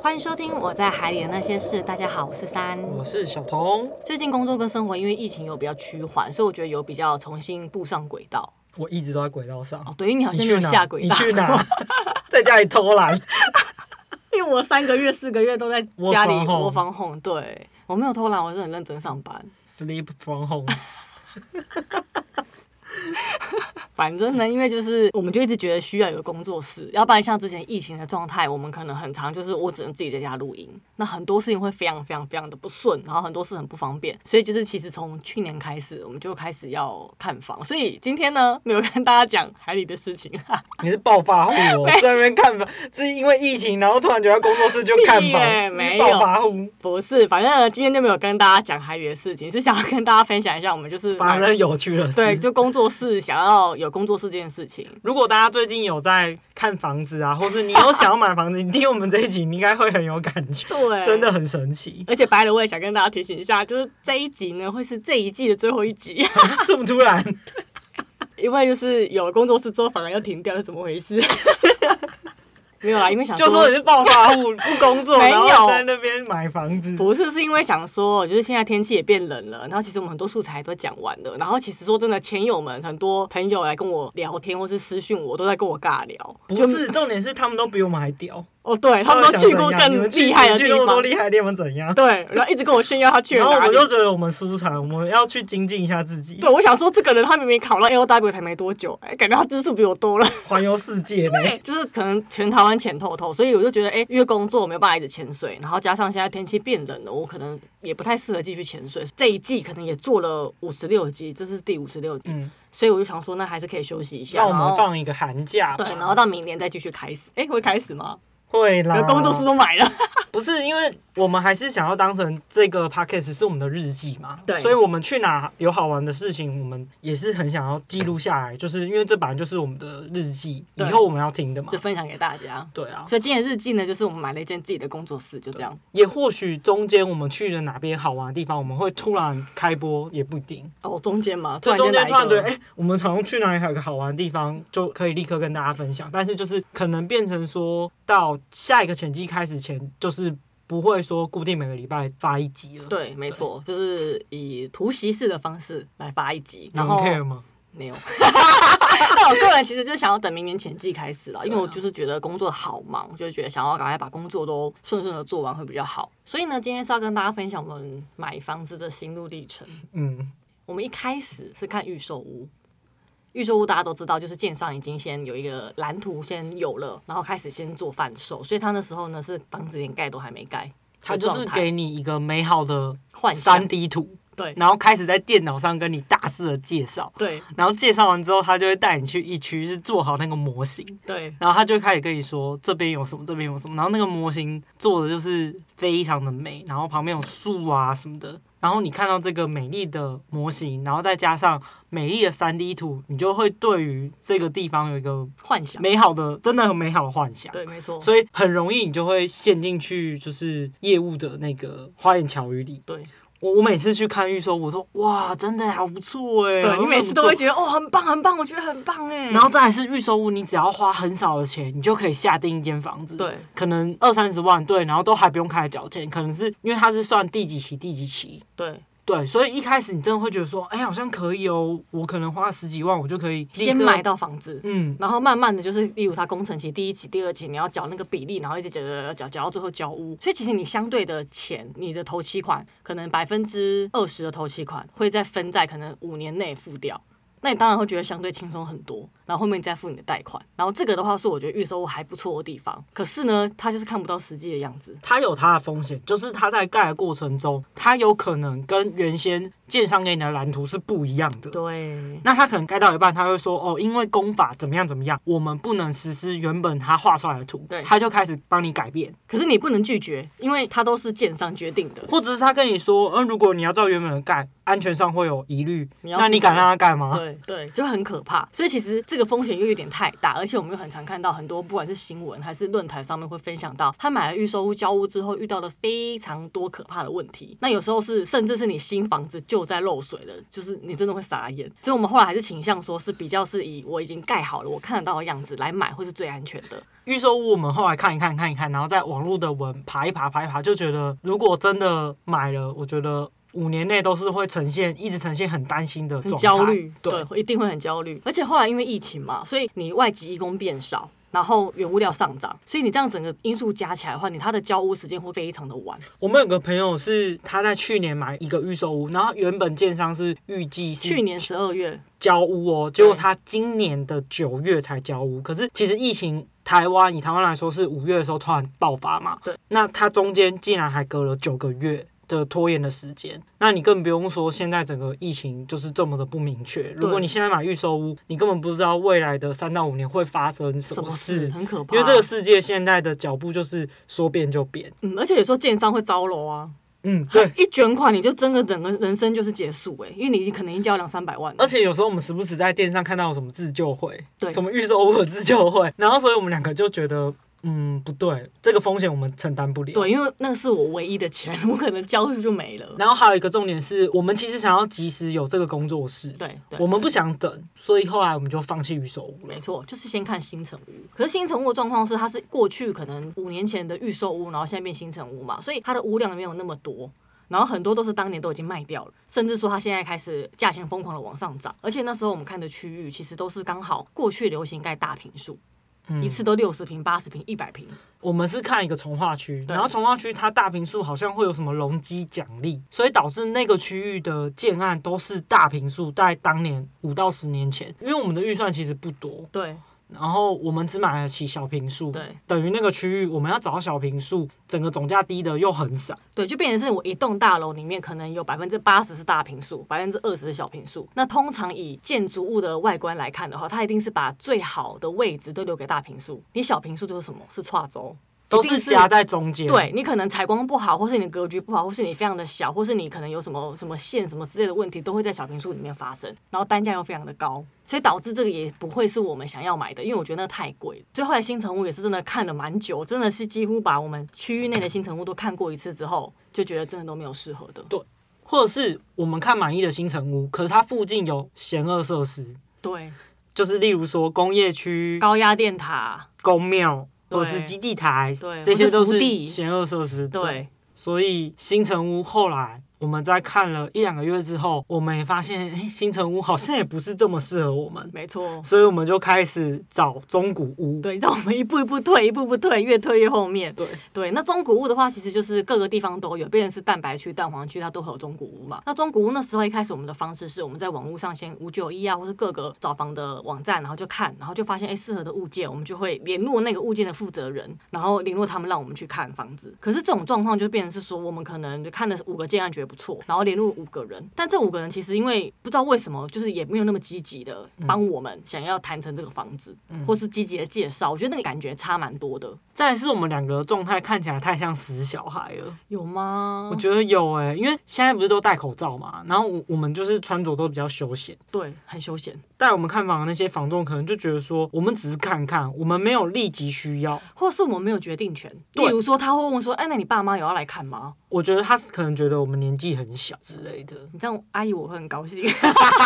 欢迎收听《我在海里的那些事》。大家好，我是三。我是小童，最近工作跟生活因为疫情有比较趋缓，所以我觉得有比较重新步上轨道。我一直都在轨道上。哦，对，你好你像没有去下哪？轨嗯你道。去哪？在家里偷懒。 因为我三个月、四个月都在 Work 家里 from home 窝房哄，对我没有偷懒，我是很认真上班。 Sleep from home。反正呢，因为就是我们就一直觉得需要有个工作室，要不然像之前疫情的状态，我们可能很常就是我只能自己在家录音，那很多事情会非常非常非常的不顺，然后很多事很不方便，所以就是其实从去年开始，我们就开始要看房，所以今天呢没有跟大家讲海里的事情，你是暴发户哦，在那边看房，是因为疫情，然后突然觉得工作室就看屁房，耶你是没有暴发户，不是，反正呢今天就没有跟大家讲海里的事情，是想要跟大家分享一下我们就是反正有趣的事。对，就工作室想要有工作室这件事情。如果大家最近有在看房子啊，或是你有想要买 房子，你听我们这一集，你应该会很有感觉，对，。真的很神奇而且白了，我也想跟大家提醒一下，就是这一集呢会是这一季的最后一集， 这么突然，因为就是有了工作室之后反而要停掉，是怎么回事？ 没有啦，因为想就说你是暴发户，不工作，没有然后在那边买房子，不是，是因为想说，就是现在天气也变冷了，然后其实我们很多素材都讲完了，然后其实说真的，前友们很多朋友来跟我聊天或是私讯我，都在跟我尬聊。不，就是重点是他们都比我们还屌，哦，对 他们都想去过怎样你更们去厉害的你去地那么多方，厉害的地方怎样？对，然后一直跟我炫耀他去然了后哪我里就。觉得我们舒惨，我们要去精进一下自己，对，我想说这个人他明明考到 L W 才没多久，哎，感觉他知数比我多了。环游世界呢。就是可能全台湾潜透透，所以我就觉得，哎、因为工作我没有办法一直潜水，然后加上现在天气变冷了，我可能也不太适合继续潜水。这一季可能也做了五十六集，这是第五十六集，嗯，所以我就想说，那还是可以休息一下，让我然们后放一个寒假吧。对，然后到明年再继续开始。哎、会开始吗？会啦有，工作室都买了，不是因为我们还是想要当成这个 podcast 是我们的日记嘛，对所以我们去哪有好玩的事情，我们也是很想要记录下来，就是因为这本来就是我们的日记，以对后我们要听的嘛就。分享给大家。对啊，所以今年日记呢，就是我们买了一间自己的工作室，就这样。也或许中间我们去了哪边好玩的地方，我们会突然开播，也不一定。哦，中间嘛，突就然中间间来突然一觉得，个，哎、我们好像去哪里还有个好玩的地方，就可以立刻跟大家分享。但是就是可能变成说到下一个前期开始前，就是不会说固定每个礼拜发一集了。，对，没错，就是以突袭式的方式来发一集，你然们后 care 吗？没 有。 但我个人其实就想要等明年前季开始了，因为我啊就是觉得工作好忙，就觉得想要赶快把工作都顺顺的做完会比较好。所以呢，今天是要跟大家分享我们买房子的心路历程。嗯，我们一开始是看预售屋，预售屋大家都知道，就是建商已经先有一个蓝图先有了，然后开始先做贩售，所以他那时候呢是房子连盖都还没盖，它就是状态给你一个美好的幻三想 D 图，对然后开始在电脑上跟你大肆的介绍，对然后介绍完之后，他就会带你去一区，是做好那个模型。对然后他就开始跟你说这边有什么，这边有什么，然后那个模型做的就是非常的美，然后旁边有树啊什么的，然后你看到这个美丽的模型，然后再加上美丽的三 D 图，你就会对于这个地方有一个幻想，美好的，真的很美好的幻想。对没错，所以很容易你就会陷进去，就是业务的那个花言巧语里。对我我每次去看预售，我说哇，真的好不错哎、对，你每次都会得。觉得哦很棒很棒，我觉得很棒哎，然后再来是预售屋，你只要花很少的钱，你就可以下定一间房子。对可能二三十万，对，然后都还不用开始缴钱，可能是因为它是算第几期第几期，对。对，所以一开始你真的会觉得说，哎、好像可以哦，我可能花十几万我就可以立先刻买，到房子，嗯，然后慢慢的就是，例如它工程期第一期、第二期，你要缴那个比例，然后一直缴缴缴缴到最后交屋。所以其实你相对的钱，你的头期款可能百分之二十的头期款会再分在可能五年内付掉。那你当然会觉得相对轻松很多，然后后面你再付你的贷款，然后这个的话是我觉得预售屋还不错的地方。可是呢，它就是看不到实际的样子。它有它的风险，就是它在盖的过程中，它有可能跟原先建商给你的蓝图是不一样的。对，那他可能盖到一半，他会说哦，因为工法怎么样怎么样，我们不能实施原本他画出来的图对，他就开始帮你改变。可是你不能拒绝，因为它都是建商决定的。呃或者是他跟你说，嗯、如果你要照原本的盖，啊，安全上会有疑虑，你要那你敢让他干嘛？对对，就很可怕。所以其实这个风险又有点太大，而且我们又很常看到很多，不管是新闻还是论坛上面会分享到，他买了预售屋、交屋之后遇到了非常多可怕的问题。那有时候是甚至是你新房子就在漏水了，就是你真的会傻眼。所以我们后来还是倾向说是比较是以我已经盖好了、我看得到的样子来买，会是最安全的。预售屋我们后来看一看看一看，然后在网络的文爬一爬爬一爬，就觉得如果真的买了，我觉得五年内都是会呈现一直呈现很担心的很状态，焦虑，对，一定会很焦虑。而且后来因为疫情嘛，所以你外籍义工变少。然后原物料上涨，所以你这样整个因素加起来的话，你它的交屋时间会非常的晚。我们有个朋友是他在去年买一个预售屋，然后原本建商是预计是去年十二月，交屋哦，结果他今年的九月才交屋。可是其实疫情，台湾以台湾来说是五月的时候突然爆发嘛，对，那他中间竟然还隔了九个月。的拖延的时间，那你更不用说现在整个疫情就是这么的不明确。如果你现在买预售屋，你根本不知道未来的三到五年会发生什什么么事事，很可怕？因为这个世界现在的脚步就是说变就变。嗯，而且有时候建商会招楼啊，嗯，对，一卷款你就真的整个人生就是结束哎、因为你已经可能已经交两三百万了而。且有时候我们时不时在电视上看到有什么自救会，对什么预售屋的自救会，然后所以我们两个就觉得，嗯，不对，这个风险我们承担不了。。对，因为那个是我唯一的钱，我可能交出去就没了。然后还有一个重点是我们其实想要及时有这个工作室，对对，我们不想等，所以后来我们就放弃预售屋了没。错，就是先看新城屋。可是新城屋的状况是，它是过去可能五年前的预售屋，然后现在变新城屋嘛，所以它的屋量没有那么多。然后很多都是当年都已经卖掉了，甚至说它现在开始价钱疯狂的往上涨，而且那时候我们看的区域其实都是刚好过去流行盖大平数，嗯一次都六十平、八十平、一百平，我们是看一个从化区，对然后从化区它大平数好像会有什么容积奖励，所以导致那个区域的建案都是大平数，在当年五到十年前，因为我们的预算其实不多，对，然后我们只买得起小平数，对，等于那个区域我们要找到小平数，整个总价低的又很少，对，就变成是我一栋大楼里面可能有百分之八十是大平数，百分之二十是小平数。那通常以建筑物的外观来看的话，它一定是把最好的位置都留给大平数。你小平数就是什么？是跨州，都一定是是夹在中间，，对你可能采光不好，或是你格局不好，或是你非常的小，或是你可能有什么什么线什么之类的问题，都会在小平数里面发生，然后单价又非常的高，所以导致这个也不会是我们想要买的，因为我觉得那太贵了。所以后来新城屋也是真的看了蛮久，真的是几乎把我们区域内的新城屋都看过一次之后，就觉得真的都没有适合的。或者是我们看满意的新城屋，可是它附近有险恶设施，对，就是例如说工业区、高压电塔，公庙对或者是基地台，对这些或都是是福地险恶设施，对，所以新城屋后来。我们在看了一两个月之后，我们也发现，哎，新城屋好像也不是这么适合我们，没错。所以我们就开始找中古屋。对，让我们一步一步退，一步步退，越退越后面。对，对，那中古屋的话，其实就是各个地方都有，变成是蛋白区、蛋黄区，它都会有中古屋嘛。那中古屋那时候一开始我们的方式是，我们在网络上先五九一啊，或是各个找房的网站，然后就看，然后就发现哎适合的物件，我们就会联络那个物件的负责人，然后联络他们让我们去看房子。可是这种状况就变成是说，我们可能就看了五个建案觉得不错，然后联络五个人，但这五个人其实因为不知道为什么，就是也没有那么积极的帮我们想要谈成这个房子，或是积极的介绍，我觉得那个感觉差蛮多的，再来是我们两个的状态看起来太像死小孩了，有吗？我觉得有哎、因为现在不是都戴口罩嘛，然后我我们就是穿着都比较休闲。对，很休闲，带我们看房的那些房仲可能就觉得说，我们只是看看，我们没有立即需要。或是我们没有决定权。对例如说，他会问说：“哎，那你爸妈有要来看吗我觉得他是可能觉得我们年纪很小之类的？”，你这样，阿姨我会很高兴。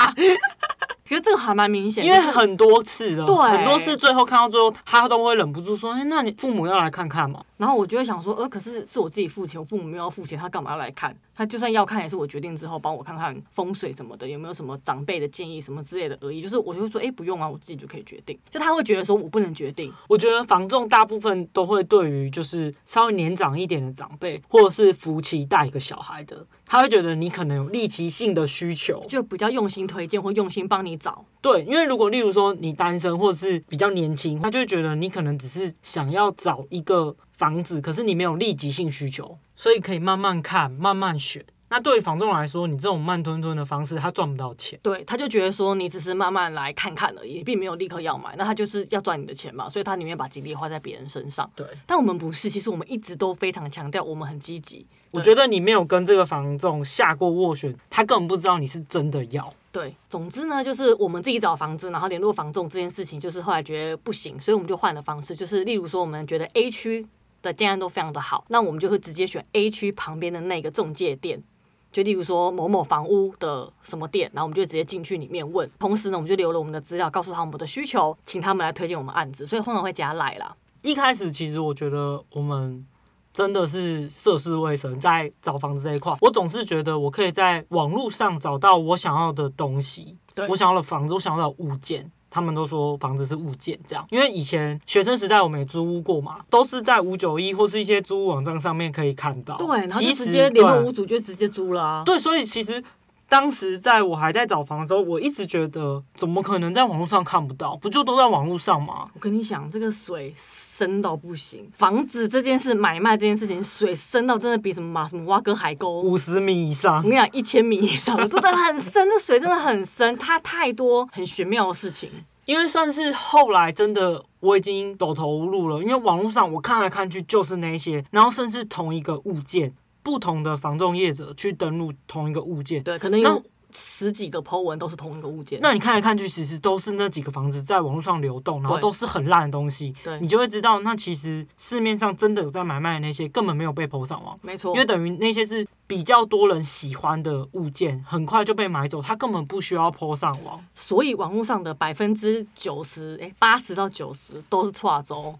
可是这个还蛮明显，因为很多次了，对很多次最后看到最后，他都会忍不住说，哎、那你父母要来看看嘛？然后我就会想说，呃，可是是我自己付钱，我父母没有要付钱，他干嘛要来看？他就算要看，也是我决定之后帮我看看风水什么的，有没有什么长辈的建议什么之类的而已。就是我就会说，哎，不用啊，我自己就可以决定。就他会觉得说我不能决定，我觉得房仲大部分都会对于就是稍微年长一点的长辈，或者是夫妻带一个小孩的，他会觉得你可能有立即性的需求。就比较用心推荐或用心帮你找。对，因为如果例如说你单身或者是比较年轻，他就会觉得你可能只是想要找一个房子，可是你没有立即性需求，所以可以慢慢看，慢慢选。那对于房仲来说，你这种慢吞吞的方式，他赚不到钱。对，他就觉得说你只是慢慢来看看而已，并没有立刻要买，那他就是要赚你的钱嘛，所以他宁愿把精力花在别人身上。对，但我们不是，其实我们一直都非常强调我们很积极。我对觉得你没有跟这个房仲下过斡旋，他根本不知道你是真的要。对，总之呢，就是我们自己找房子，然后联络房仲这件事情，就是后来觉得不行，所以我们就换了方式，就是例如说，我们觉得 A 区的建案都非常的好，那我们就会直接选 A 区旁边的那个中介店。就例如说某某房屋的什么店，然后我们就直接进去里面问，同时呢，我们就留了我们的资料，告诉他我们的需求，请他们来推荐我们案子，所以通常会加赖啦。一开始其实我觉得我们真的是涉世未深，在找房子这一块，我总是觉得我可以在网络上找到我想要的东西，对我想要的房子，我想要的物件。他们都说房子是物件，这样，因为以前学生时代我们也租屋过嘛，都是在五九一或是一些租屋网站上面可以看到。对，然后就其实直接联络对屋主就直接租了啊。对，所以其实当时在我还在找房的时候，我一直觉得怎么可能在网络上看不到？不就都在网络上吗？我跟你讲，这个水深到不行。房子这件事，买卖这件事情，水深到真的比什么马什么挖沟海沟，五十米以上我跟，你讲，一千米以上，真的很深，这水真的很深，它太多很玄妙的事情。因为算是后来真的我已经走投无路了，因为网络上我看来看去就是那些，然后甚至同一个物件，不同的房仲业者去登录同一个物件。对，可能那有十几个 Po 文都是同一个物件。那你看来看去，其实都是那几个房子在网络上流动，然后对都是很烂的东西，对你，就会知道，那其实市面上真的有在买卖的那些，根本没有被抛上网。没错因为，等于那些是比较多人喜欢的物件，很快就被买走，它根本不需要 PO 上网。所以网络上的百分之九十，哎，八十到九十都是错 周，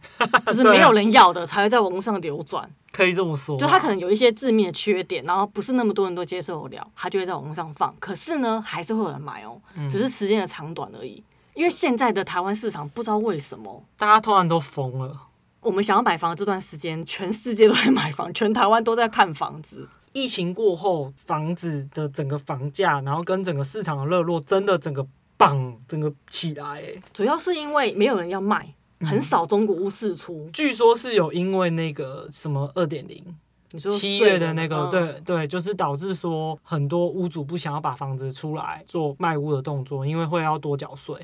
就是啊没有人要的才会在网络上流转。可以这么说，就它可能有一些致命的缺点，然后不是那么多人都接受得了，它就会在网络上放。可是呢，还是会有人买哦，嗯只是时间的长短而已。因为现在的台湾市场不知道为什么，大家突然都疯了。我们想要买房的这段时间，全世界都在买房，全台湾都在看房子。疫情过后，房子的整个房价，然后跟整个市场的热络，真的整个棒，整个起来、欸。主要是因为没有人要卖，嗯很少中古屋释出。据说是有因为那个什么二点零你说七税月的那个，嗯对对，就是导致说很多屋主不想要把房子出来做卖屋的动作，因为会要多缴税，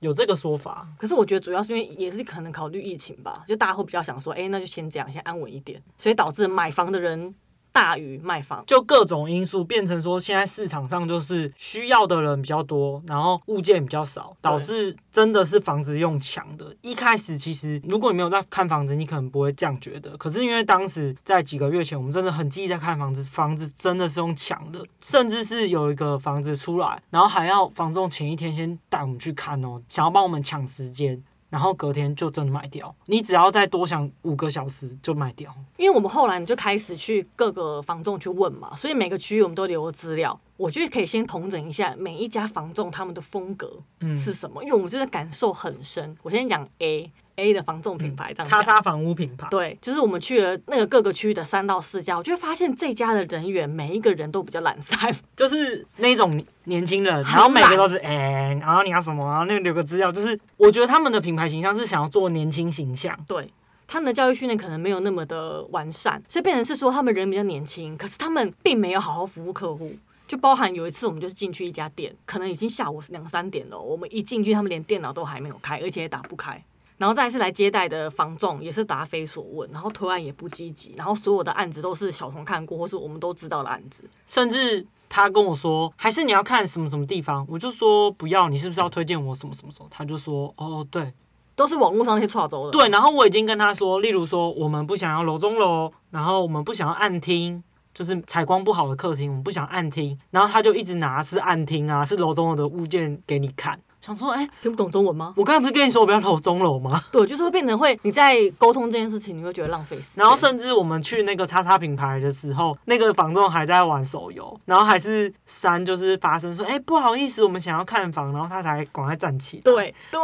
有这个说法。可是我觉得主要是因为也是可能考虑疫情吧，就大家会比较想说，哎、那就先这样，先安稳一点，所以导致买房的人大于卖房。就各种因素变成说，现在市场上就是需要的人比较多，然后物件比较少，导致真的是房子用抢的。一开始其实如果你没有在看房子，你可能不会这样觉得。可是因为当时在几个月前，我们真的很积极在看房子，房子真的是用抢的，甚至是有一个房子出来，然后还要房仲前一天先带我们去看哦，想要帮我们抢时间。然后隔天就真的卖掉，你只要再多想五个小时就卖掉。因为我们后来就开始去各个房仲去问嘛，所以每个区域我们都留了资料。我觉得可以先统整一下每一家房仲他们的风格嗯，是什么，因为我们真的感受很深。我先讲 A A 的房仲品牌这样叉讲。叉房屋品牌，对，就是我们去了那个各个区域的三到四家，我就会发现这家的人员每一个人都比较懒散，就是那种年轻人，很然后每个都是哎、然后你要什么，然后那个留个资料，就是我觉得他们的品牌形象是想要做年轻形象，对，他们的教育训练可能没有那么的完善，所以变成是说他们人比较年轻，可是他们并没有好好服务客户。就包含有一次我们就是进去一家店，可能已经下午两三点了，我们一进去，他们连电脑都还没有开，而且也打不开。然后再一次来接待的房仲也是答非所问，然后推案也不积极，然后所有的案子都是小童看过或是我们都知道的案子，甚至他跟我说，还是你要看什么什么地方，我就说不要，你是不是要推荐我什么什么什么？他就说哦对都是网络上那些串州的。对，然后我已经跟他说，例如说我们不想要楼中楼，然后我们不想要暗厅。就是采光不好的客厅，我们不想暗厅，然后他就一直拿是暗厅啊，是楼中楼的物件给你看，想说，哎、听不懂中文吗？我刚才不是跟你说我不要楼中楼吗？对，就是会变成会你在沟通这件事情，你会觉得浪费时间。然后甚至我们去那个叉叉品牌的时候，那个房仲还在玩手游，然后还是山就是发声说，哎、不好意思，我们想要看房，然后他才赶快站起来。对，对，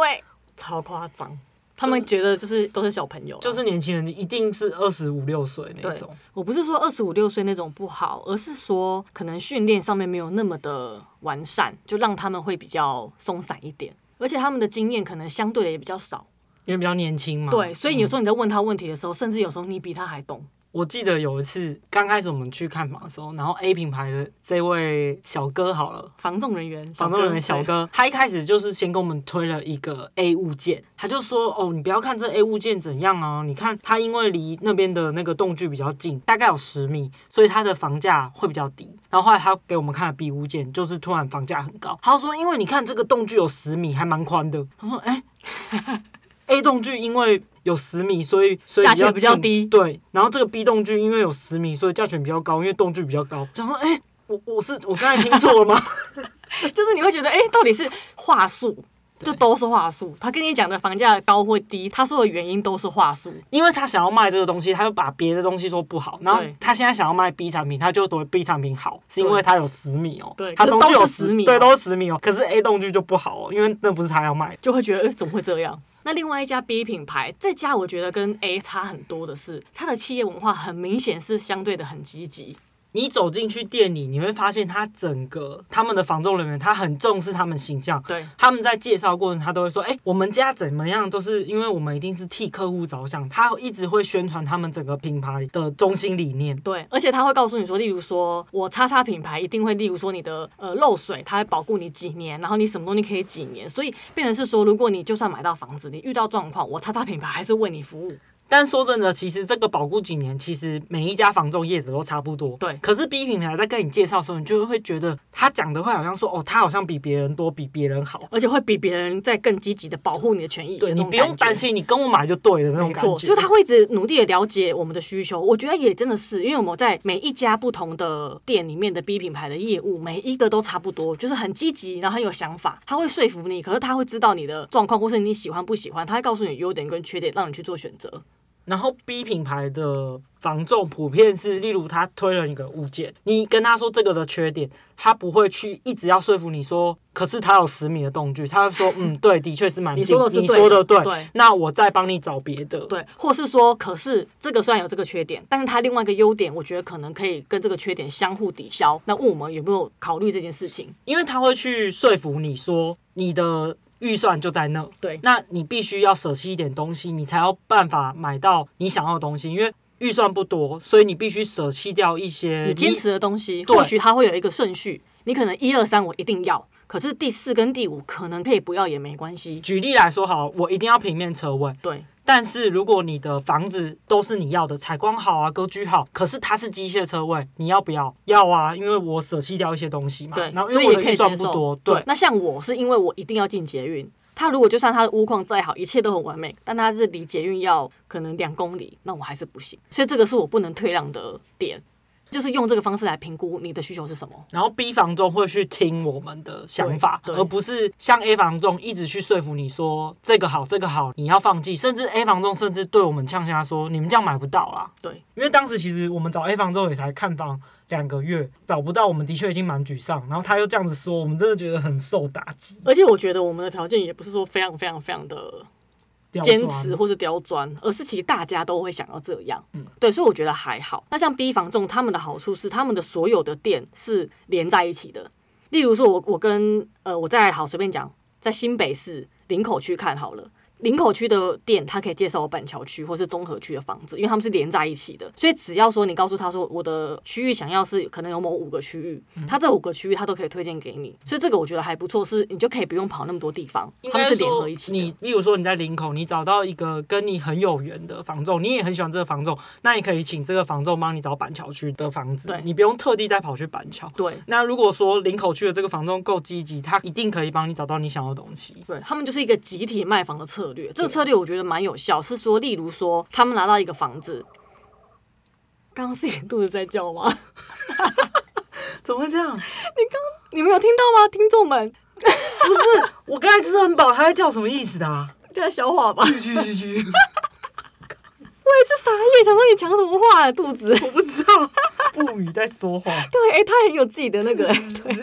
超夸张。他们觉得就是都是小朋友啊，就是年轻人一定是二十五六岁那对种，我不是说二十五六岁那种不好，而是说可能训练上面没有那么的完善，就让他们会比较松散一点，而且他们的经验可能相对的也比较少。因为比较年轻嗯嘛。对，所以有时候你在问他问题的时候，甚至有时候你比他还懂。我记得有一次刚开始我们去看房的时候，然后 A 品牌的这位小哥好了。防重人员，房东人员小对哥，他一开始就是先跟我们推了一个 A 物件，他就说：“哦，你不要看这 A 物件怎样哦，你看它因为离那边的那个栋距比较近，大概有十米，所以它的房价会比较低。”然后后来他给我们看了 B 物件，就是突然房价很高。他就说：“因为你看这个栋距有十米，还蛮宽的。”他说：“哎、a 栋距因为有十米，所以所以价钱比较近低对，然后这个 B 栋距因为有十米，所以价钱比较高，因为栋距比较高。想说，哎、我我是我刚才听错了吗？就是你会觉得，哎、到底是话术，对就都是话术。他跟你讲的房价高或低，他说的原因都是话术。因为他想要卖这个东西，他就把别的东西说不好，然后对他现在想要卖 B 产品，他就觉得 B 产品好，是因为它有十米哦，对它可是东具都有是10米哦对，都是十米哦，可是 A 栋具就不好哦，因为那不是他要卖的。就会觉得、哎诶怎么会这样？ 那另外一家 B 品牌，这家我觉得跟 A 差很多的是，它的企业文化很明显是相对的很积极，你走进去店里，你会发现他整个他们的房仲人员，他很重视他们形象，对，他们在介绍过程，他都会说：“哎、我们家怎么样？都是因为我们一定是替客户着想。”他一直会宣传他们整个品牌的中心理念。对，而且他会告诉你说，例如说我叉叉品牌一定会，例如说你的呃漏水，它会保护你几年，然后你什么东西可以几年，所以变成是说，如果你就算买到房子，你遇到状况，我叉叉品牌还是为你服务。但说真的，其实这个保固几年，其实每一家房仲业者都差不多。对可是 B 品牌在跟你介绍的时候，你就会觉得他讲的会好像说：“哦，他好像比别人多，比别人好。而且会比别人在更积极的保护你的权益。”对有你那不种感用觉担。心，你跟我买就对了那种没感错，觉。就他会一直努力的了解我们的需求，我觉得也真的是，因为我们在每一家不同的店里面的 B 品牌的业务，每一个都差不多，就是很积极，然后很有想法，他会说服你，可是他会知道你的状况或是你喜欢不喜欢，他会告诉你优点跟缺点，让你去做选择。然后 B 品牌的房仲普遍是，例如他推了一个物件，你跟他说这个的缺点，他不会去一直要说服你说，可是他有十米的动距，他会说，嗯，对，的确是蛮近，你说的是对的说的对，对那我再帮你找别的，对，或是说，可是这个虽然有这个缺点，但是它另外一个优点，我觉得可能可以跟这个缺点相互抵消。那问我们有没有考虑这件事情？因为他会去说服你说你的预算就在那，对那你必须要舍弃一点东西，你才有办法买到你想要的东西，因为预算不多，所以你必须舍弃掉一些你坚持的东西，对或许它会有一个顺序，你可能一二三我一定要，可是第四跟第五可能可以不要也没关系。举例来说，好，我一定要平面车位。对，但是如果你的房子都是你要的，采光好啊，格局好，可是它是机械车位，你要不要？要啊，因为我舍弃掉一些东西嘛。对然后因所以为我也的可以预算接不受多，对，那像我是因为我一定要进捷运，它如果就算它的屋况再好，一切都很完美，但它是离捷运要可能两公里，那我还是不行。所以这个是我不能退让的点，就是用这个方式来评估你的需求是什么。然后 B 房仲会去听我们的想法，对对而不是像 A 房仲一直去说服你说这个好，这个好，你要放弃，甚至 A 房仲甚至对我们呛下说你们这样买不到啦。对，因为当时其实我们找 A 房仲也才看房两个月，找不到，我们的确已经蛮沮丧。然后他又这样子说，我们真的觉得很受打击。而且我觉得我们的条件也不是说非常非常非常的刁坚钻持或是刁钻，而是其实大家都会想要这样。嗯对，所以我觉得还好。那像 B 房仲他们的好处是，他们的所有的店是连在一起的。例如说我，我跟呃我在好随便讲，在新北市林口区看好了。林口区的店，它可以介绍我板桥区或是综合区的房子，因为他们是连在一起的，所以只要说你告诉他说我的区域想要是可能有某五个区域，嗯他这五个区域他都可以推荐给你，所以这个我觉得还不错，是你就可以不用跑那么多地方，应他们该是说联合一起的。你例如说你在林口，你找到一个跟你很有缘的房仲，你也很喜欢这个房仲，那你可以请这个房仲帮你找板桥区的房子对，你不用特地再跑去板桥。对，那如果说林口区的这个房仲够积极，他一定可以帮你找到你想要的东西。对他们就是一个集体卖房的策略。这个策略我觉得蛮有效，是说，例如说，他们拿到一个房子，刚刚 是你肚子在叫吗？ 怎么会这样？你们有听到吗，听众们？不是，我刚才吃很饱，他在叫什么意思的、啊？在小话 吧，我也去去去！是傻眼，想说你讲什么话、啊，肚子。 我不知道，不语在说话，对，哎、他很有自己的那个，对，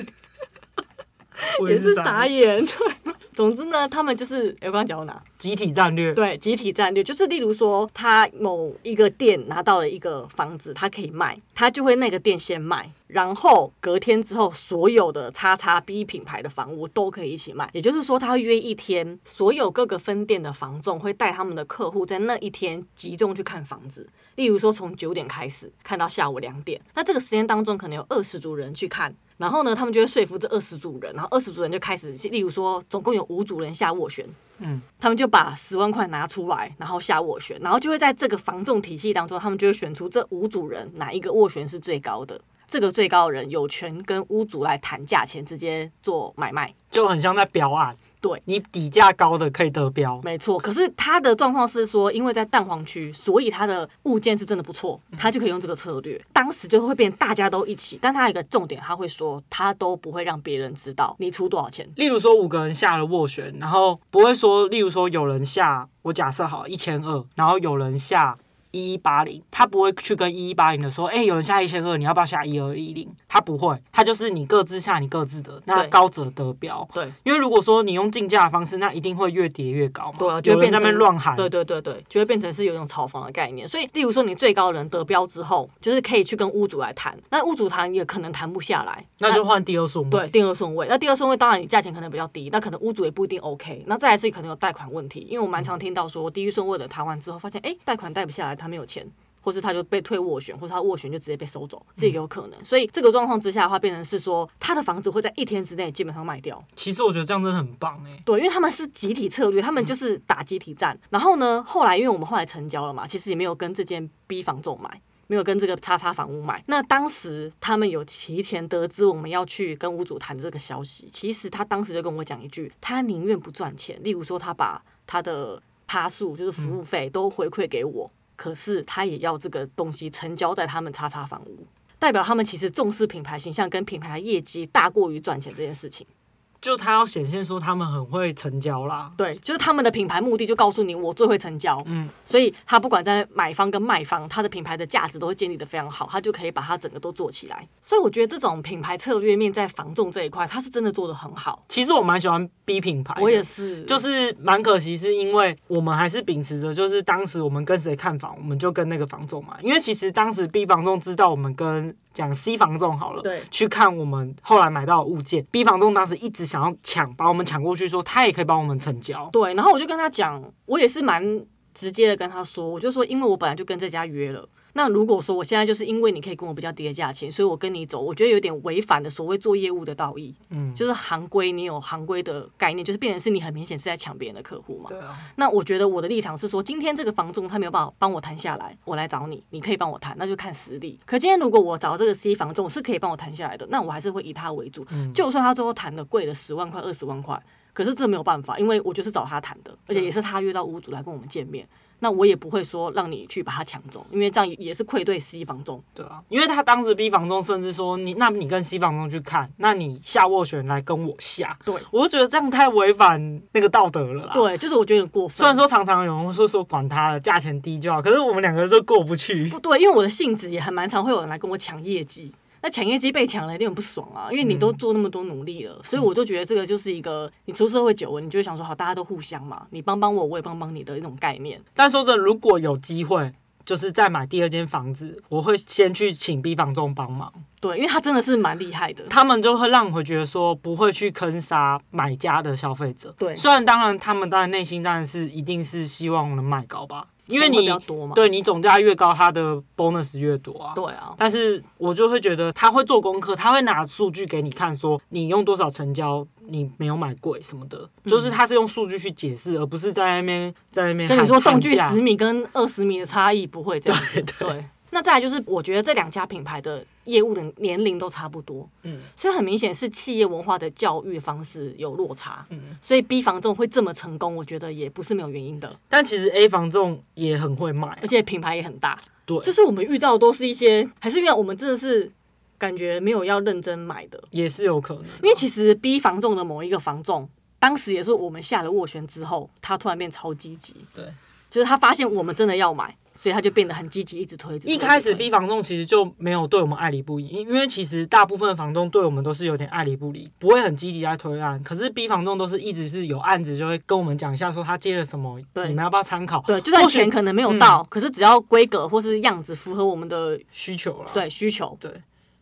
我也是傻傻眼。眼。对， 总之呢，他们就是有刚刚讲到哪？集体战略，对，集体战略就是，例如说，他某一个店拿到了一个房子，他可以卖，他就会那个店先卖，然后隔天之后，所有的叉叉 B 品牌的房屋都可以一起卖。也就是说，他会约一天，所有各个分店的房仲会带他们的客户在那一天集中去看房子。例如说，从九点开始看到下午两点，那这个时间当中可能有二十组人去看。然后呢，他们就会说服这二十组人，然后二十组人就开始，例如说，总共有五组人下斡旋，嗯，他们就把十万块拿出来，然后下斡旋，然后就会在这个防重体系当中，他们就会选出这五组人哪一个斡旋是最高的。这个最高的人有权跟屋主来谈价钱，直接做买卖。就很像在标案。对你底价高的可以得标，没错，可是他的状况是说，因为在蛋黄区，所以他的物件是真的不错，他就可以用这个策略。当时就会变大家都一起，但他有一个重点，他会说他都不会让别人知道你出多少钱。例如说五个人下了斡旋，然后不会说，例如说有人下，我假设好一千二，然后有人下一一八零，他不会去跟一一八零的说，哎、有人下一千二，你要不要下一二一零？他不会，他就是你各自下你各自的，那对高者得标。对因为如果说你用竞价的方式，那一定会越叠越高嘛。对啊就有会人变在那边成乱喊。对对对对，就会变成是有一种炒房的概念。所以，例如说你最高人得标之后，就是可以去跟屋主来谈，那屋主谈也可能谈不下来，那就换第二数目。对，第二顺位。那第二顺位当然你价钱可能比较低，那可能屋主也不一定 OK。那再来是可能有贷款问题，因为我蛮常听到说第一顺位的谈完之后，发现哎贷款贷不下来，他没有钱。或是他就被退斡旋，或是他斡旋就直接被收走，这也嗯有可能。所以这个状况之下的话，变成是说他的房子会在一天之内基本上卖掉。其实我觉得这样真的很棒哎、对，因为他们是集体策略，他们就是打集体战。然后呢，后来因为我们后来成交了嘛，其实也没有跟这间 B 房仲买。没有跟这个叉叉房屋买，那当时他们有提前得知我们要去跟屋主谈这个消息。其实他当时就跟我讲一句，他宁愿不赚钱，例如说他把他的趴数就是服务费都回馈给我，可是他也要这个东西成交在他们叉叉房屋，代表他们其实重视品牌形象跟品牌业绩大过于赚钱这件事情。就他要显现说他们很会成交啦。对，就是他们的品牌目的就告诉你我最会成交，嗯，所以他不管在买方跟卖方，他的品牌的价值都会建立的非常好，他就可以把它整个都做起来。所以我觉得这种品牌策略面在防重这一块，他是真的做的很好。其实我蛮喜欢 B 品牌的，我也是，就是蛮可惜，是因为我们还是秉持着，就是当时我们跟谁看房，我们就跟那个房仲嘛。因为其实当时 B 房仲知道我们跟讲 C 房仲好了，对去看我们后来买到的物件，B 房仲当时一直想要抢，把我们抢过去说他也可以帮我们成交。对。然后我就跟他讲，我也是蛮直接的跟他说，我就说，因为我本来就跟这家约了。那如果说我现在就是因为你可以跟我比较低的价钱，所以我跟你走，我觉得有点违反了所谓做业务的道义，嗯，就是行规，你有行规的概念，就是变成是你很明显是在抢别人的客户嘛。对啊，那我觉得我的立场是说，今天这个房仲他没有办法帮我谈下来，我来找你，你可以帮我谈，那就看实力。可今天如果我找这个 C 房仲是可以帮我谈下来的，那我还是会以他为主，嗯就算他最后谈的贵了十万块、二十万块，可是这没有办法，因为我就是找他谈的，而且也是他约到屋主来跟我们见面。那我也不会说让你去把他抢走，因为这样也也是愧对 C 房仲。对啊，因为他当时 B 房仲甚至说你，那你跟 C 房仲去看，那你下斡旋来跟我下，对我就觉得这样太违反那个道德了啦。对，就是我觉得有点过分。虽然说常常有人会说管他了，价钱低就好，可是我们两个就过不去。 不对，因为我的性质也还蛮常会有人来跟我抢业绩。那抢业绩被抢了，一定很不爽啊！因为你都做那么多努力了，所以我就觉得这个就是一个你出社会久了，你就会想说好，大家都互相嘛，你帮帮我，我也帮帮你的一种概念。但说真的，如果有机会，就是再买第二间房子，我会先去请 B 房仲帮忙，对，因为他真的是蛮厉害的。他们就会让我觉得说不会去坑杀买家的消费者。对虽然当然他们当然内心当然是一定是希望能卖高吧，因为钱会你比较多嘛对你总价越高，他的 bonus 越多啊。对啊，但是我就会觉得他会做功课，他会拿数据给你看，说你用多少成交，你没有买贵什么的，嗯就是他是用数据去解释，而不是在那边在那边跟你喊说动喊距价十米跟二十米的差异不会这样子。对，那再来就是我觉得这两家品牌的业务的年龄都差不多，嗯所以很明显是企业文化的教育方式有落差。嗯，所以 B 房仲会这么成功，我觉得也不是没有原因的，但其实 A 房仲也很会卖啊、而且品牌也很大。对，就是我们遇到的都是一些，还是因为我们真的是感觉没有要认真买的，也是有可能啊、因为其实 B 房仲的某一个房仲，当时也是我们下了斡旋之后，他突然变超积极，对，就是他发现我们真的要买，所以他就变得很积极，一直推。直推一开始直推 B 房东其实就没有对我们爱理不理，因为其实大部分的房东对我们都是有点爱理不理，不会很积极在推案。可是 B 房东都是一直是有案子就会跟我们讲一下，说他接了什么，对你们要不要参考对，就算或许嗯钱可能没有到，可是只要规格或是样子符合我们的需求了？对需求，对，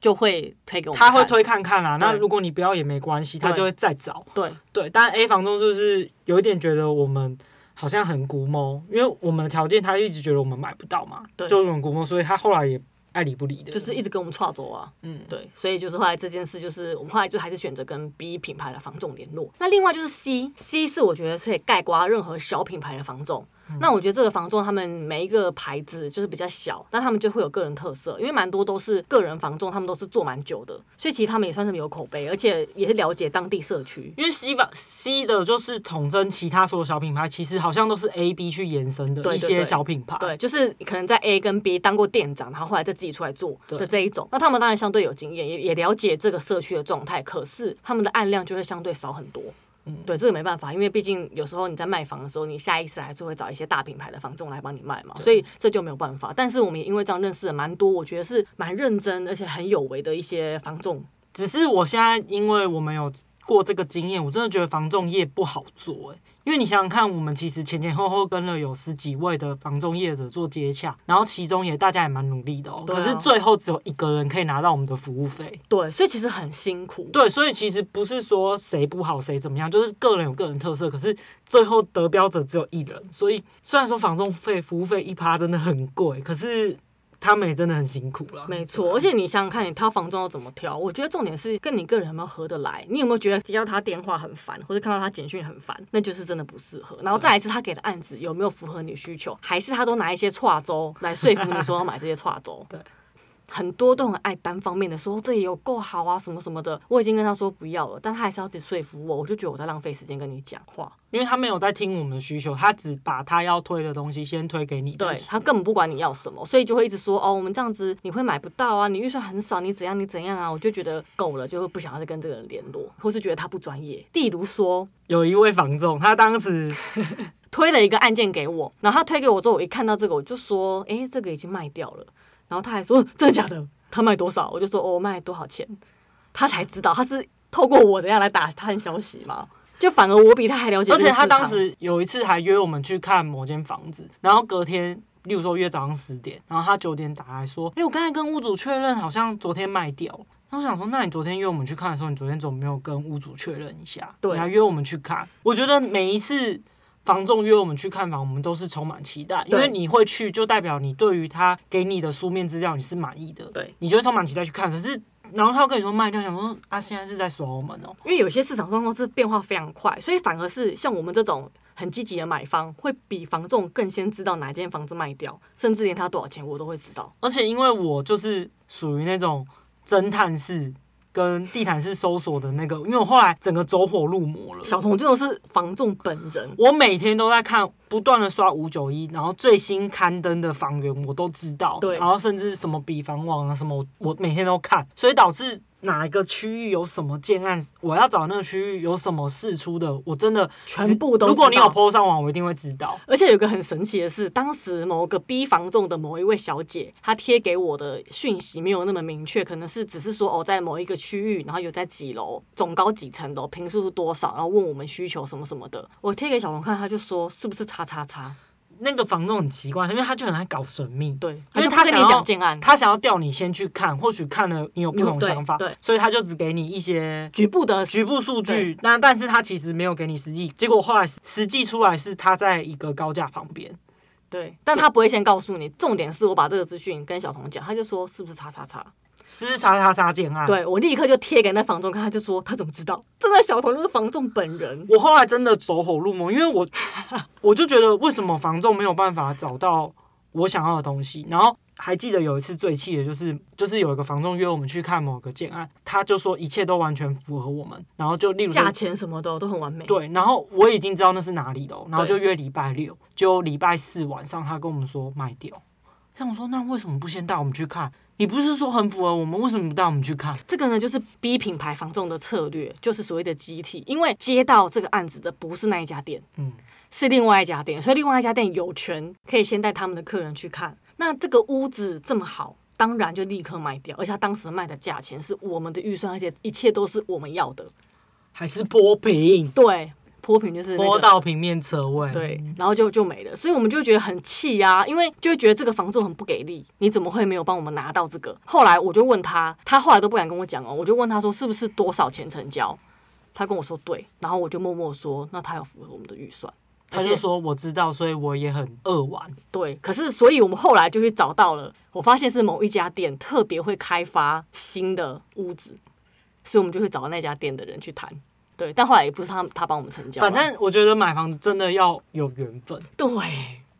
就会推给我们他看。会推看看啦、那对如果你不要也没关系，他对就会再找。对对，但 A 房东就是有一点觉得我们好像很古摸，因为我们的条件他一直觉得我们买不到嘛，对就很古摸，所以他后来也爱理不理的，就是一直跟我们岔走啊。嗯，对，所以就是后来这件事，就是我们后来就还是选择跟 B 品牌的房仲联络。那另外就是 C，C 是我觉得是可以盖刮任何小品牌的房仲。那我觉得这个房仲他们每一个牌子就是比较小，那他们就会有个人特色，因为蛮多都是个人房仲，他们都是做蛮久的，所以其实他们也算是有口碑，而且也是了解当地社区。因为 C 吧 C 的就是统称其他所有小品牌，其实好像都是 A B 去延伸的对一对些对小品牌。对，就是可能在 A 跟 B 当过店长，然后后来再自己出来做的对这一种，那他们当然相对有经验，也也了解这个社区的状态，可是他们的案量就会相对少很多。嗯对，这个没办法，因为毕竟有时候你在卖房的时候，你下意识还是会找一些大品牌的房仲来帮你卖嘛，所以这就没有办法。但是我们也因为这样认识了蛮多，我觉得是蛮认真而且很有为的一些房仲。只是我现在因为我们有过这个经验，我真的觉得房仲业不好做、欸、因为你想想看，我们其实前前后后跟了有十几位的房仲业者做接洽，然后其中也大家也蛮努力的哦、对啊可是最后只有一个人可以拿到我们的服务费。对，所以其实很辛苦。对，所以其实不是说谁不好谁怎么样，就是个人有个人特色，可是最后得标者只有一人。所以虽然说房仲费、服务费一趴真的很贵，可是他们也真的很辛苦了。没错，而且你想想看，你挑房仲要怎么挑？我觉得重点是跟你个人有没有合得来。你有没有觉得接到他电话很烦，或者看到他简讯很烦，那就是真的不适合。然后再来是他给的案子有没有符合你需求，还是他都拿一些跨州来说服你说要买这些跨州？对。很多都很爱单方面的说哦这也有够好啊什么什么的，我已经跟他说不要了，但他还是要去说服我，我就觉得我在浪费时间跟你讲话。因为他没有在听我们的需求，他只把他要推的东西先推给你。对他根本不管你要什么，所以就会一直说哦，我们这样子你会买不到啊，你预算很少，你怎样你怎样啊，我就觉得够了，就会不想要再跟这个人联络，或是觉得他不专业。例如说。有一位房仲，他当时推了一个案件给我，然后他推给我之后，我一看到这个，我就说，诶，这个已经卖掉了。然后他还说， 真的假的？他卖多少？我就说，哦，我卖多少钱？他才知道，他是透过我怎样来打探消息嘛？就反而我比他还了解这而个市且场。他当时有一次还约我们去看某间房子，然后隔天，例如说约早上十点，然后他九点打来说：“哎、我刚才跟屋主确认，好像昨天卖掉了。”然后我想说，那你昨天约我们去看的时候，你昨天怎么没有跟屋主确认一下？对你还约我们去看。我觉得每一次房仲约我们去看房，我们都是充满期待，因对为你会去，就代表你对于他给你的书面资料你是满意的，对，你就会充满期待去看。可是，然后他又跟你说卖掉，想说啊，现在是在耍我们哦、因为有些市场状况是变化非常快，所以反而是像我们这种很积极的买方，会比房仲更先知道哪间房子卖掉，甚至连它多少钱我都会知道。而且因为我就是属于那种侦探式跟地毯式搜索的那个，因为我后来整个走火入魔了。小童这种是房仲本人，我每天都在看，不断的刷五九一，然后最新刊登的房源我都知道，对然后甚至什么比房网啊什么，我我每天都看，所以导致哪一个区域有什么建案，我要找那个区域有什么事出的，我真的全部都知道如果你有 PO 上网，我一定会知道。而且有个很神奇的是，当时某个 B 房仲的某一位小姐，她贴给我的讯息没有那么明确，可能是只是说哦，在某一个区域，然后有在几楼，总高几层楼，平数是多少，然后问我们需求什么什么的。我贴给小龙看，他就说是不是叉叉叉？那个房东很奇怪，因为他就很爱搞神秘，对，因为就不他跟想你要讲建案，他想要调你先去看，或许看了你有不同嗯对想法，对所以他就只给你一些局部的局部数据，那但是他其实没有给你实际，结果后来实际出来是他在一个高架旁边，对，但他不会先告诉你。重点是我把这个资讯跟小童讲，他就说是不是叉叉叉？是啥啥啥建案。，对我立刻就贴给那房仲看，他就说他怎么知道？真的小童就是房仲本人。我后来真的走火入魔，因 为我我就觉得为什么房仲没有办法找到我想要的东西，然后。还记得有一次最气的就是，就是有一个房仲约我们去看某个建案，他就说一切都完全符合我们，然后就例如说价钱什么的都很完美，对，然后我已经知道那是哪里了，然后对就约礼拜六，就礼拜四晚上他跟我们说卖掉，那我说，那为什么不先带我们去看？你不是说很符合我们，为什么不带我们去看？这个呢，就是 B 品牌房仲的策略，就是所谓的集体，因为接到这个案子的不是那一家店，嗯，是另外一家店，所以另外一家店有权可以先带他们的客人去看。那这个屋子这么好，当然就立刻卖掉，而且他当时卖的价钱是我们的预算，而且一切都是我们要的。还是波平，对，坡平就是、那个、波到平面车位，，对，然后就就没了，所以我们就觉得很气呀、因为就会觉得这个房仲很不给力，你怎么会没有帮我们拿到这个？后来我就问他，他后来都不敢跟我讲哦，我就问他说是不是多少钱成交？他跟我说对，然后我就默默说那他有符合我们的预算，他就说我知道，所以我也很扼腕。对，可是所以我们后来就去找到了，我发现是某一家店特别会开发新的屋子，所以我们就去找那家店的人去谈。对，但后来也不是他他帮我们成交啦，反正我觉得买房子真的要有缘分。对，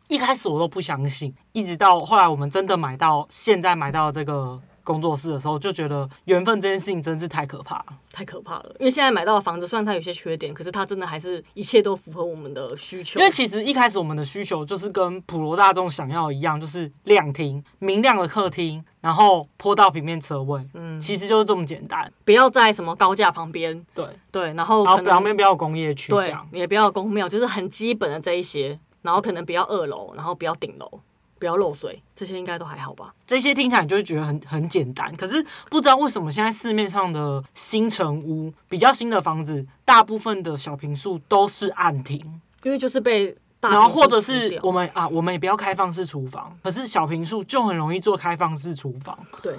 一开始我都不相信，一直到后来我们真的买到现在买到这个工作室的时候，就觉得缘分这件事情真是太可怕了。太可怕了，因为现在买到的房子，虽然它有些缺点，可是它真的还是一切都符合我们的需求。因为其实一开始我们的需求就是跟普罗大众想要一样，就是亮厅、明亮的客厅，然后坡道平面车位，嗯，其实就是这么简单。不要在什么高架旁边，对，对，然后然可后表面能不要有工业区这对样，。也不要公庙，就是很基本的这一些，然后可能不要二楼，然后不要顶楼，不要漏水，这些应该都还好吧？这些听起来你就会觉得很很简单，可是不知道为什么现在市面上的新城屋比较新的房子，大部分的小平数都是暗厅，因为就是被大然后平数或者吃是掉我们啊，我们也不要开放式厨房，可是小平数就很容易做开放式厨房对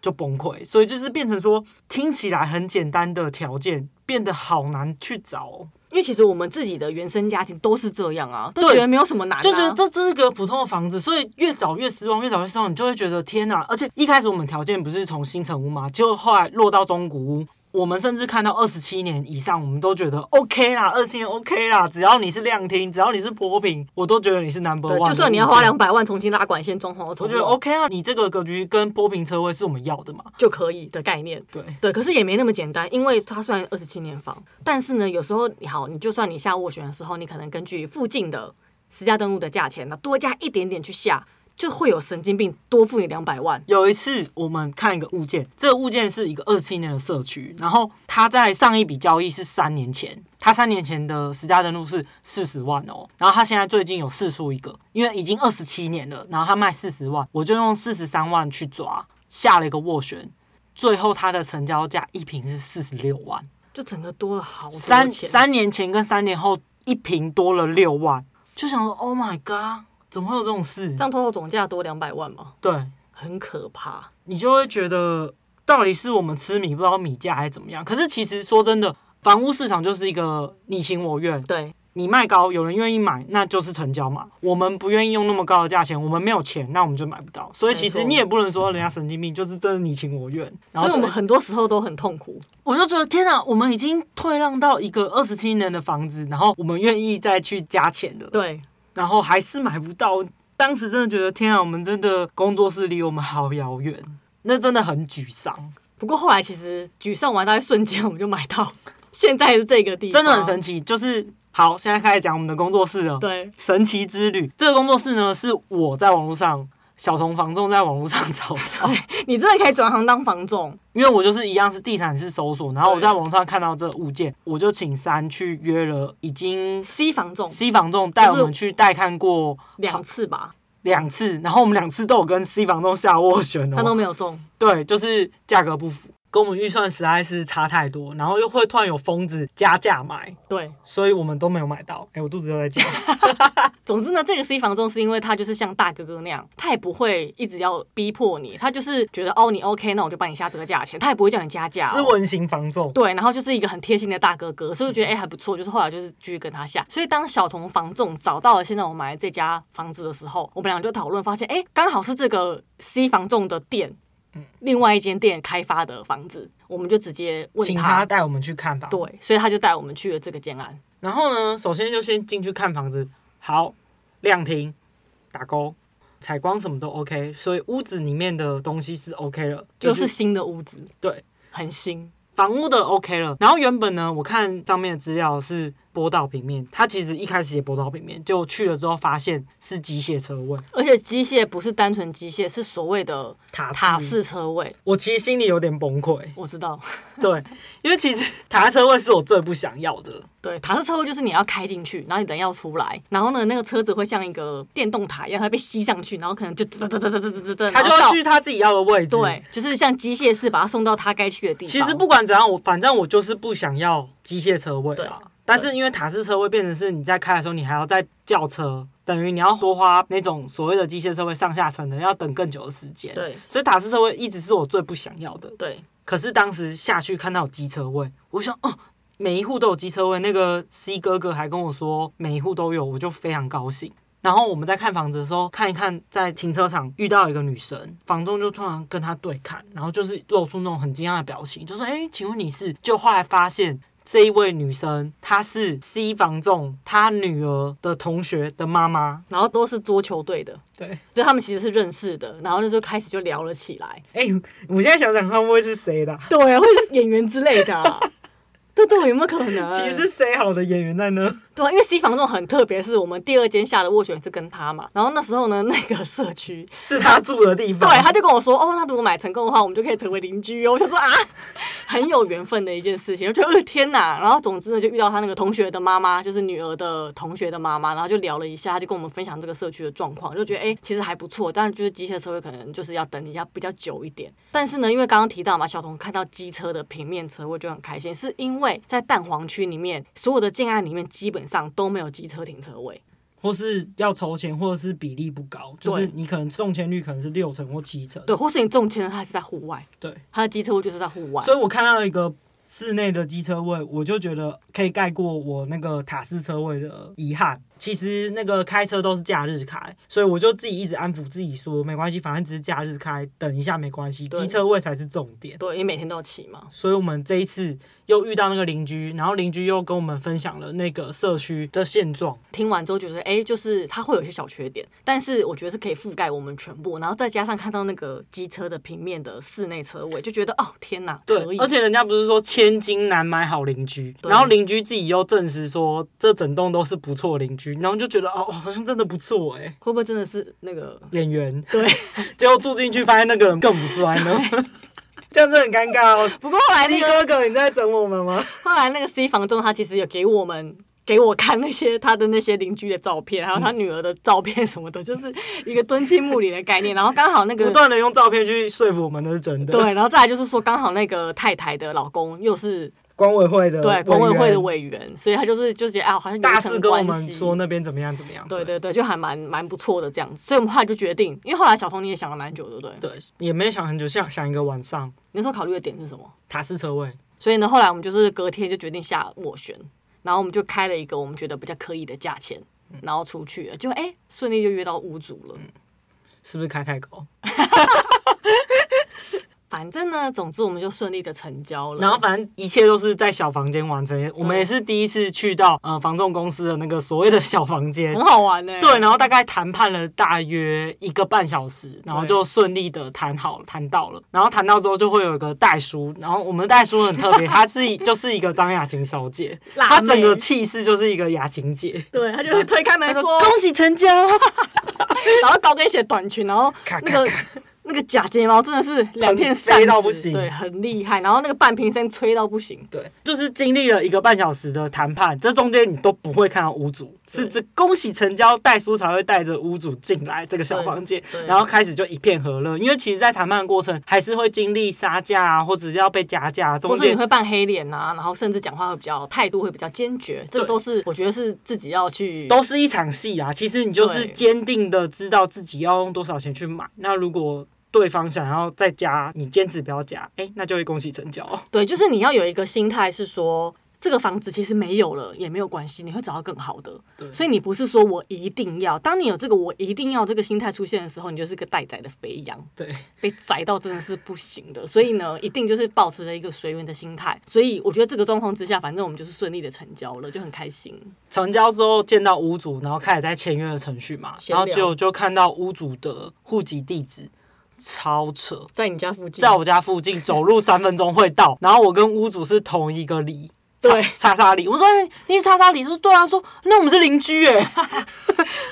就崩溃，所以就是变成说听起来很简单的条件变得好难去找、哦，因为其实我们自己的原生家庭都是这样啊，都对觉得没有什么难、啊，就觉得这只是个普通的房子，所以越找越失望，越找越失望，你就会觉得天哪！而且一开始我们条件不是从新城屋嘛，结果后来落到中古屋。我们甚至看到二十七年以上，我们都觉得 OK 啦，二十七年 OK 啦，只要你是亮厅，只要你是薄品，我都觉得你是 number 对， one。就算你要花，两百万重新拉管线、装潢和我重觉得弄 OK 啊，你这个格局跟波平车位是我们要的嘛？就可以的概念。对，对，可是也没那么简单，因为它虽然二十七年房，但是呢，有时候你好，你就算你下斡旋的时候，你可能根据附近的实价登录的价钱呢，多加一点点去下，就会有神经病多付你两百万。有一次我们看一个物件，这个物件是一个二十七年的社区，然后它在上一笔交易是三年前，它三年前的实价登录是四十万哦，然后它现在最近有试出一个，因为已经二十七年了，然后它卖四十万，我就用四十三万去抓，下了一个斡旋，最后它的成交价一平是四十六万，就整个多了好多三钱，三年前跟三年后一平多了六万，就想说 Oh my God，怎么会有这种事这？样 total 总价多两百万嘛，对，很可怕。你就会觉得到底是我们吃米不知道米价还是怎么样。可是其实说真的，房屋市场就是一个你情我愿，对，你卖高，有人愿意买，那就是成交嘛。我们不愿意用那么高的价钱，我们没有钱，那我们就买不到。所以其没实错你也不能说人家神经病，就是真的你情我愿。然所后以我们就很多时候都很痛苦。我就觉得天啊，我们已经退让到一个二十七年的房子，然后我们愿意再去加钱了，对，然后还是买不到。当时真的觉得天啊，我们真的工作室离我们好遥远，那真的很沮丧。不过后来其实沮丧完，大概瞬间我们就买到， 现在是这个地方，真的很神奇。就是好，现在开始讲我们的工作室了。，啊对，神奇之旅这个工作室呢，是我在网络上，小童房仲在网络上 找到，你真的可以转行当房仲，因为我就是一样是地产室搜索，然后我对在网上看到这个物件，我就请三去约了，已经 C 房仲 C 房仲带就是我们去带看过两次吧，两次，然后我们两次都有跟 C 房仲下斡旋他都哦，没有中。对，就是价格不符。跟我们预算实在是差太多，然后又会突然有疯子加价买，对，所以我们都没有买到。哎、我肚子又在叫。总之呢，这个 C 房仲是因为他就是像大哥哥那样，他也不会一直要逼迫你，他就是觉得哦你 OK，那我就帮你下这个价钱，他也不会叫你加价、斯哦。文型防重，对，然后就是一个很贴心的大哥哥，所以我觉得哎、还不错，就是后来就是继续跟他下。所以当小童房仲找到了现在我买的这家房子的时候，我们俩就讨论发现，哎、刚好是这个 C 房仲的店嗯，另外一间店开发的房子，我们就直接问请他带我们去看房。，对，所以他就带我们去了这个建案。然后呢，首先就先进去看房子，好，亮停，打勾，采光什么都 OK，所以屋子里面的东西是 OK 了，就是新的屋子，对，很新，房屋的 OK 了。然后原本呢，我看上面的资料是波道平面，他其实一开始也波道平面，就去了之后发现是机械车位而且机械不是单纯机械，是所谓的塔塔式，式车位。我其实心里有点崩溃，我知道，对，因为其实 塔式车位是我最不想要的，对，塔式车位就是你要开进去，然后你人要出来，然后呢，那个车子会像一个电动塔一样，它被吸上去，然后可能就噔噔噔噔噔噔噔，他就然后要到去他自己要的位置。，对，就是像机械式把它送到它该去的地方。其实不管怎样，我反正我就是不想要机械车位啊啦。但是因为塔式车位变成是你在开的时候，你还要再叫车，等于你要多花那种所谓的机械车位上下层的，要等更久的时间。，对所以塔式车位一直是我最不想要的。对，可是当时下去看到有机车位，我想哦。每一户都有机车位，那个 C 哥哥还跟我说每一户都有，我就非常高兴。然后我们在看房子的时候，看一看，在停车场遇到一个女生，房东就突然跟她对看，然后就是露出那种很惊讶的表情，就说：“哎，请问你是？”就后来发现这一位女生她是 C 房仲她女儿的同学的妈妈。然后都是桌球队的，对，所以他们其实是认识的，然后那时候开始就聊了起来。 哎，我现在想想看会不会是谁啦？对，会是演员之类的、 啊。对对，有没有可能？其实是谁好的演员在呢？对啊，因为 C 房仲很特别，是我们第二间下的斡旋是跟他嘛。然后那时候呢，那个社区，是他住的地对方。，他就跟我说，哦，那如果买成功的话，我们就可以成为邻居哦。我想说啊，很有缘分的一件事情，我觉得呃天哪。然后总之呢，就遇到他那个同学的妈妈，就是女儿的同学的妈妈，然后就聊了一下，他就跟我们分享这个社区的状况，就觉得哎、其实还不错，但是就是机械车位可能就是要等一下比较久一点。但是呢，因为刚刚提到嘛，小童看到机车的平面车位就很开心，是因为在蛋黄区里面所有的建案里面基本上都没有机车停车位。或是要筹钱，或者是比例不高，对就是你可能中签率可能是六成或七成。对，或是你中签了，它还是在户外，对，它的机车位就是在户外。所以我看到一个室内的机车位，我就觉得可以盖过我那个塔式车位的遗憾。其实那个开车都是假日开，所以我就自己一直安抚自己说，没关系，反正只是假日开，等一下没关系，对机车位才是重点。对，因为每天都有骑嘛。所以我们这一次又遇到那个邻居，然后邻居又跟我们分享了那个社区的现状。听完之后觉得，哎、就是它会有一些小缺点，但是我觉得是可以覆盖我们全部，然后再加上看到那个机车的平面的室内车位，就觉得哦，天哪，对可，以，而且人家不是说千金难买好邻居，对然后邻居自己又证实说这整栋都是不错邻居，然后就觉得哦，好像真的不错哎、会不会真的是那个？演员，对，结果住进去发现那个人更不专呢， 这样真的很尴尬 哦。不过后来那力个哥哥，你在整我们吗？后来那个 C 房仲他其实有给我们。给我看那些他的那些邻居的照片，还有他女儿的照片什么的，就是一个敦亲睦邻的概念。然后刚好 那个不断的用照片去说服我们那是真的。，对，然后再来就是说，刚好那个太太的老公又是管委会的对管委会的员委员，所以他就是就觉得啊，好像有大一肆层跟我关们系。说那边怎么样怎么样。对对对，就还蛮蛮不错的这样子，所以我们后来就决定，因为后来小童你也想了蛮久，对不对？对，也没想很久，想想一个晚上，你那时候考虑的点是什么？塔式车位。所以呢，后来我们就是隔天就决定下斡旋，然后我们就开了一个我们觉得比较可以的价钱，嗯然后出去了，就哎顺利就约到屋主了。是不是开太高？反正呢，总之我们就顺利的成交了。然后反正一切都是在小房间完成。我们对也是第一次去到呃房仲公司的那个所谓的小房间很，好玩呢、对，然后大概谈判了大约一个半小时，然后对就顺利的谈好了，谈到了，然后谈到之后就会有一个代书，然后我们的代书很特别，她是就是一个张雅琴小姐，辣她整个妹气势就是一个雅琴姐，对，他就会推开门她说说，恭喜成交，然后高跟鞋、短裙，然后咔那个咔咔，那个假睫毛真的是两片很扇飞到子不行对，很厉害。然后那个半瓶身吹到不行，对，就是经历了一个半小时的谈判，这中间你都不会看到屋主，是这对恭喜成交，代书才会带着屋主进来这个小对房间，对然后开始就一片和乐，因为其实，在谈判的过程还是会经历杀价啊，或者是要被加价啊，或中是你间会扮黑脸啊，然后甚至讲话会比较态度会比较坚决，这个都是我觉得是自己要去都是一场戏啊。其实你就是对坚定的知道自己要用多少钱去买，那如果对方想要再加，你坚持不要加，哎，那就会恭喜成交。对，就是你要有一个心态是说。这个房子其实没有了也没有关系，你会找到更好的。对所以你不是说我一定要，当你有这个我一定要这个心态出现的时候，你就是个待宰的肥羊，对，被宰到真的是不行的。所以呢，一定就是保持着一个随缘的心态。所以我觉得这个状况之下，反正我们就是顺利的成交了，就很开心。成交之后见到屋主，然后开始在签约的程序嘛，闲然聊后就就看到屋主的户籍地址，超扯。在你家附近，在我家附近，走路三分钟会到。然后我跟屋主是同一个里，对叉叉里，我说哎你是叉叉里，他说对啊，他说那我们是邻居哎，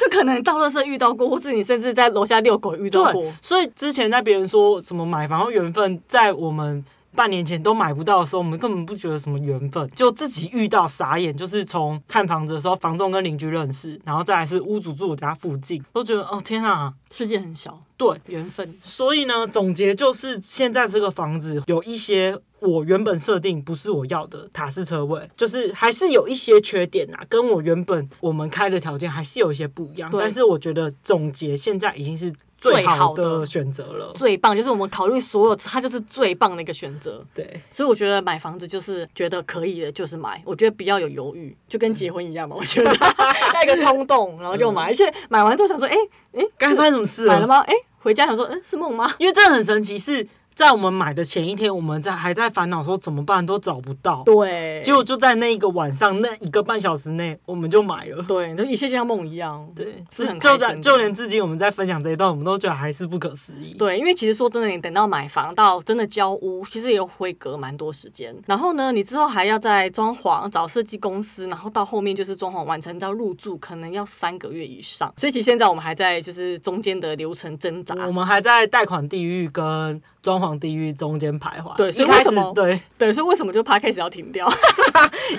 就可能到垃圾遇到过，或是你甚至在楼下遛狗遇到过对，，所以之前在别人说什么买房要缘分，在我们半年前都买不到的时候，我们根本不觉得什么缘分，就自己遇到傻眼，就是从看房子的时候，房仲跟邻居认识，然后再来是屋主住我家附近，都觉得哦天啊，世界很小，对，缘分。所以呢，总结就是现在这个房子有一些我原本设定不是我要的塔式车位，就是还是有一些缺点啊，跟我原本我们开的条件还是有一些不一样。对但是我觉得总结现在已经是最最好好的的选择了。最棒就是我们考虑所有，它就是最棒的一个选择。对，所以我觉得买房子就是觉得可以的，就是买。我觉得不要有犹豫，就跟结婚一样嘛。我觉得要一个冲动，然后就买。而且买完之后想说，哎、哎、刚才发生什么事买了吗？哎、回家想说，嗯，是梦吗？因为这很神奇，是在我们买的前一天，我们在还在烦恼说怎么办，都找不到。对，结果就在那一个晚上，那一个半小时内，我们就买了。对，就一切就像梦一样。对，是很就开在心的就连至今我们在分享这一段，我们都觉得还是不可思议。对，因为其实说真的，你等到买房到真的交屋，其实也会隔蛮多时间。然后呢，你之后还要再装潢、找设计公司，然后到后面就是装潢完成到入住，可能要三个月以上。所以其实现在我们还在就是中间的流程挣扎。我们还在贷款地狱跟装潢地狱中间徘徊。对所一以为开始什么对， 对，所以为什么就 p a d c a s 要停掉？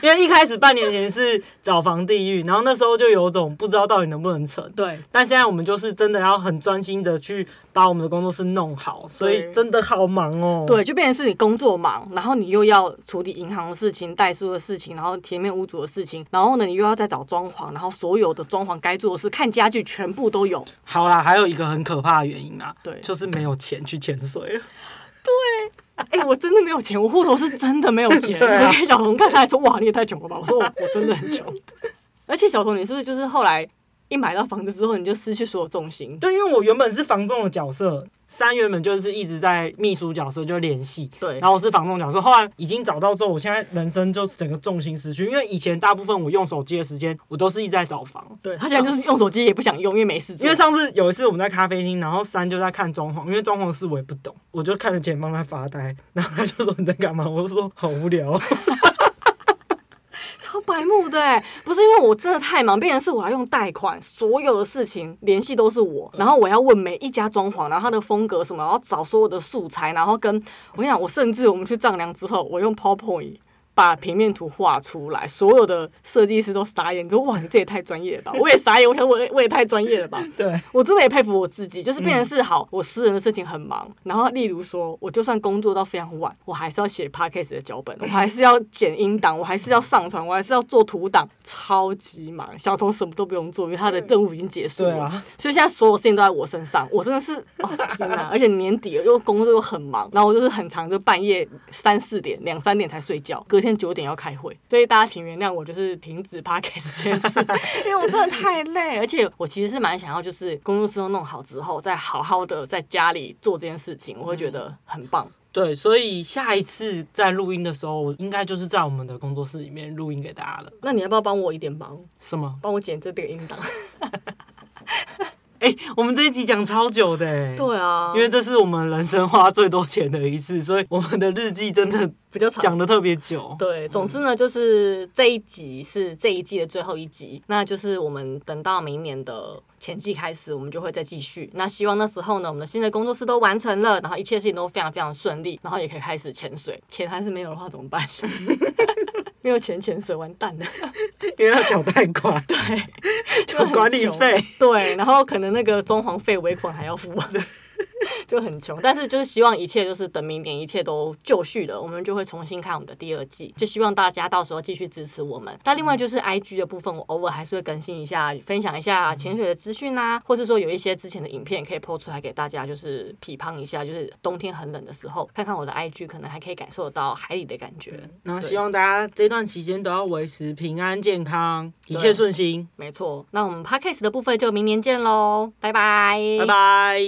因为一开始半年前是找房地狱，然后那时候就有种不知道到底能不能成。对，但现在我们就是真的要很专心的去把我们的工作室弄好，所以对真的好忙哦。对，就变成是你工作忙，然后你又要处理银行的事情、代书的事情，然后前面屋主的事情，然后呢，你又要再找装潢，然后所有的装潢该做的事、看家具全部都有。好啦，还有一个很可怕的原因啊，对就是没有钱去潜水了。哎、我真的没有钱，我户头是真的没有钱。 对啊我给小童看，他还说：“哇，你也太穷了吧！”我说：“我我真的很穷。” 而且小童，你是不是就是后来一买到房子之后，你就失去所有重心？对，因为我原本是房仲的角色，三原本就是一直在秘书角色就联系，对然后我是房仲角色，后来已经找到之后，我现在人生就整个重心失去，因为以前大部分我用手机的时间，我都是一直在找房。对他现在就是用手机也不想用，因为没事做。因为上次有一次我们在咖啡厅，然后三就在看装潢，因为装潢的事我也不懂，我就看着前方在发呆，然后他就说你在干嘛？我就说好无聊哦。超白目的哎、不是因为我真的太忙，变成是我要用贷款，所有的事情联系都是我，然后我要问每一家装潢，然后它的风格什么，然后找所有的素材，然后跟我跟你讲，我甚至我们去丈量之后，我用 PowerPoint。把平面图画出来，所有的设计师都傻眼，你说哇，你这也太专业了吧！我也傻眼，我想我也我也太专业了吧！对，我真的也佩服我自己，就是嗯变成是好，我私人的事情很忙，然后例如说，我就算工作到非常晚，我还是要写 podcast 的脚本，我还是要剪音档，我还是要上传，我还是要做图档，超级忙。小童什么都不用做，因为他的任务已经结束嗯对了。啊，所以现在所有事情都在我身上，我真的是哦天 哪！而且年底了，又工作又很忙，然后我就是很长，就半夜三四点、两三点才睡觉，隔天九点要开会，所以大家请原谅我，就是停止 podcast 这件事， 因为我真的太累，而且我其实是蛮想要，就是工作室都弄好之后，再好好的在家里做这件事情，我会觉得很棒。对，所以下一次在录音的时候，我应该就是在我们的工作室里面录音给大家了。那你要不要帮我一点忙，是吗？帮我剪这个 音档？哎、我们这一集讲超久的、欸，、对啊，因为这是我们人生花最多钱的一次，所以我们的日记真的比较长。讲的特别久。对，总之呢，就是这一集是这一季的最后一集，那就是我们等到明年的前季开始，我们就会再继续。那希望那时候呢，我们的新的工作室都完成了，然后一切事情都非常非常顺利，然后也可以开始潜水。钱还是没有的话怎么办？ 没有钱潜水完蛋了，因为要缴贷款，对， 就很管理穷费。对，然后可能那个装潢费尾款还要付， 就很穷。但是就是希望一切就是等明年一切都就绪了，我们就会重新看我们的第二季。就希望大家到时候继续支持我们。那另外就是 I G 的部分，我偶尔还是会更新一下，分享一下潜水的资讯啊，或是说有一些之前的影片可以 PO 出来给大家，就是批判一下，就是冬天很冷的时候，看看我的 I G，可能还可以感受到海里的感觉。那对希望大家这段期间都要维持平安健康，一对切顺心，没错，那我们 podcast 的部分就明年见喽，拜拜，拜拜。